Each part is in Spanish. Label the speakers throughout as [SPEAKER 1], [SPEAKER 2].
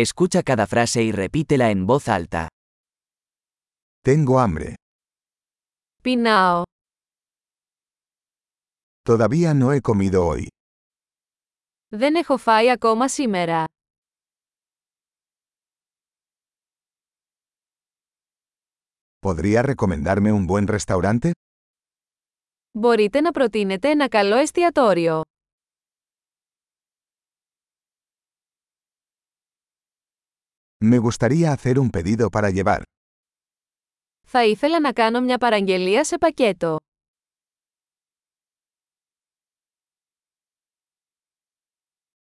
[SPEAKER 1] Escucha cada frase y repítela en voz alta.
[SPEAKER 2] Tengo hambre.
[SPEAKER 3] Πεινάω.
[SPEAKER 2] Todavía no he comido hoy.
[SPEAKER 3] Δεν έχω φάει ακόμα σήμερα.
[SPEAKER 2] ¿Podría recomendarme un buen restaurante?
[SPEAKER 3] Μπορείτε να προτείνετε ένα καλό εστιατόριο.
[SPEAKER 2] Me gustaría hacer un pedido para llevar.
[SPEAKER 3] Θα ήθελα να κάνω μια παραγγελία σε πακέτο.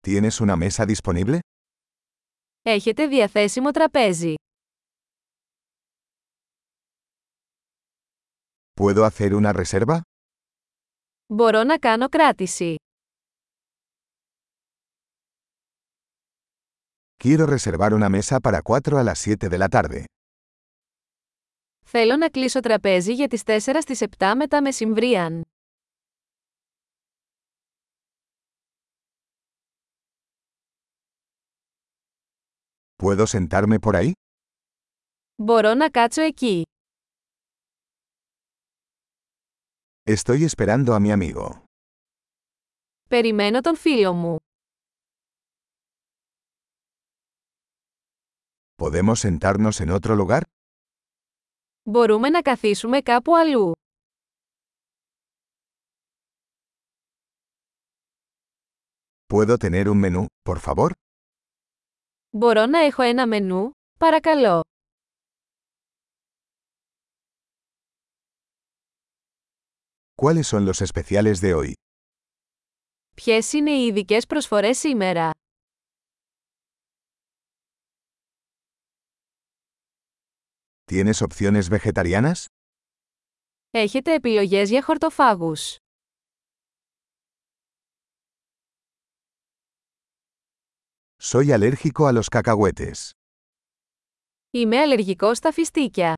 [SPEAKER 2] ¿Tienes una mesa disponible?
[SPEAKER 3] Έχετε διαθέσιμο τραπέζι.
[SPEAKER 2] ¿Puedo hacer una reserva?
[SPEAKER 3] Μπορώ να κάνω κράτηση.
[SPEAKER 2] Quiero reservar una mesa para 4 a las 7 de la tarde.
[SPEAKER 3] Θέλω να κλείσω τραπέζι για τις 4 στις 7 μετά μεσημβρίαν.
[SPEAKER 2] ¿Puedo sentarme por ahí?
[SPEAKER 3] Μπορώ να κάτσω εκεί.
[SPEAKER 2] Estoy esperando a mi amigo.
[SPEAKER 3] Περιμένω τον φίλο μου.
[SPEAKER 2] ¿Podemos sentarnos en otro lugar?
[SPEAKER 3] Μπορούμε να καθίσουμε κάπου αλλού.
[SPEAKER 2] ¿Puedo tener un menú, por favor?
[SPEAKER 3] Μπορώ να έχω ένα μενού, παρακαλώ.
[SPEAKER 2] ¿Cuáles son los especiales de hoy?
[SPEAKER 3] Ποιες είναι οι ειδικές προσφορές σήμερα.
[SPEAKER 2] ¿Tienes opciones vegetarianas?
[SPEAKER 3] Έχετε επιλογές για χορτοφάγους.
[SPEAKER 2] Soy alérgico a los cacahuetes.
[SPEAKER 3] Είμαι αλλεργικός στα φιστίκια.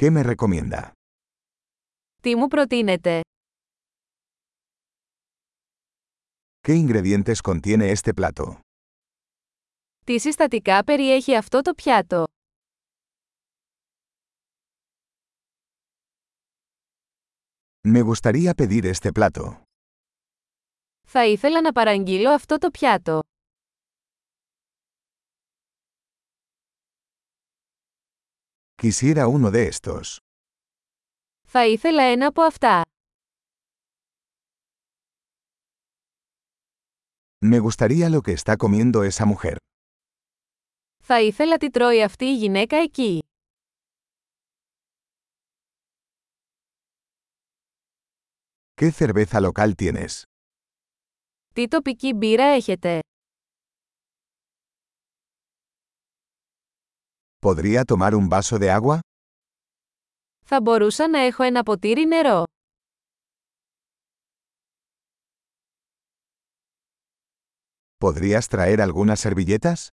[SPEAKER 2] ¿Qué me recomienda?
[SPEAKER 3] Τι μου προτείνετε.
[SPEAKER 2] ¿Qué ingredientes contiene este plato?
[SPEAKER 3] Τι συστατικά περιέχει αυτό το πιάτο.
[SPEAKER 2] Me gustaría pedir este plato.
[SPEAKER 3] Θα ήθελα να παραγγείλω αυτό το πιάτο.
[SPEAKER 2] Quisiera uno de estos.
[SPEAKER 3] Θα ήθελα ένα από αυτά.
[SPEAKER 2] Me gustaría lo que está comiendo esa mujer.
[SPEAKER 3] Θα ήθελα τι τρώει αυτή η γυναίκα εκεί.
[SPEAKER 2] ¿Qué cerveza local tienes?
[SPEAKER 3] Τι τοπική μπύρα έχετε.
[SPEAKER 2] ¿Podría tomar un vaso de agua?
[SPEAKER 3] Θα μπορούσα να έχω ένα ποτήρι νερό.
[SPEAKER 2] ¿Podrías traer algunas servilletas?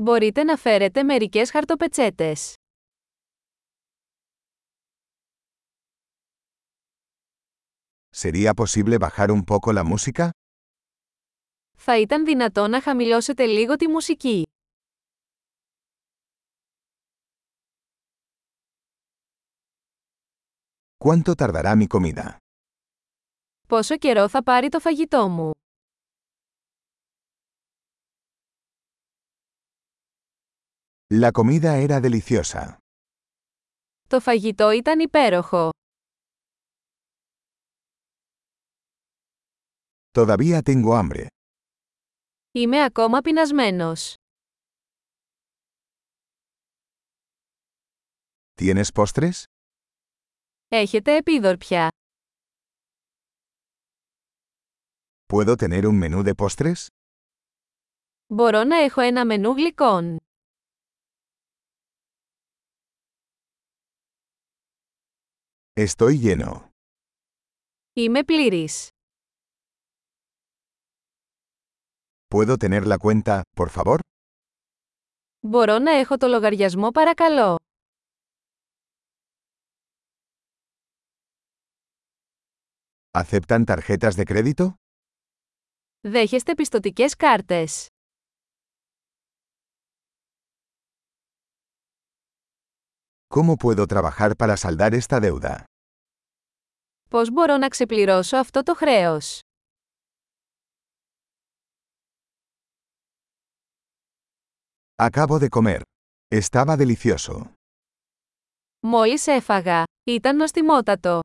[SPEAKER 3] Μπορείτε να φέρετε μερικές χαρτοπετσέτες.
[SPEAKER 2] ¿Sería posible bajar un poco la música?
[SPEAKER 3] Θα ήταν δυνατό να χαμηλώσετε λίγο τη μουσική.
[SPEAKER 2] ¿Cuánto tardará mi comida?
[SPEAKER 3] Πόσο καιρό θα πάρει το φαγητό μου.
[SPEAKER 2] La comida era deliciosa.
[SPEAKER 3] Το φαγητό ήταν υπέροχο.
[SPEAKER 2] Todavía tengo hambre.
[SPEAKER 3] Είμαι ακόμα πεινασμένος.
[SPEAKER 2] ¿Tienes postres?
[SPEAKER 3] Έχετε επίδορπια.
[SPEAKER 2] ¿Puedo tener un menú de postres?
[SPEAKER 3] Μπορώ να έχω ένα μενού γλυκών.
[SPEAKER 2] Estoy lleno.
[SPEAKER 3] Είμαι πλήρης.
[SPEAKER 2] ¿Puedo tener la cuenta, por favor?
[SPEAKER 3] Μπορώ να έχω το λογαριασμό παρακαλώ.
[SPEAKER 2] ¿Aceptan tarjetas de crédito?
[SPEAKER 3] Δέχεστε πιστοτικές κάρτες.
[SPEAKER 2] ¿Cómo puedo trabajar para saldar esta deuda?
[SPEAKER 3] Πώς μπορώ να ξεπληρώσω αυτό το χρέος.
[SPEAKER 2] Acabo de comer. Estaba delicioso.
[SPEAKER 3] Μόλις έφαγα. Ήταν νοστιμότατο.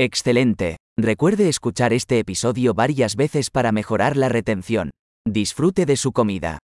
[SPEAKER 1] Excelente. Recuerde escuchar este episodio varias veces para mejorar la retención. Disfrute de su comida.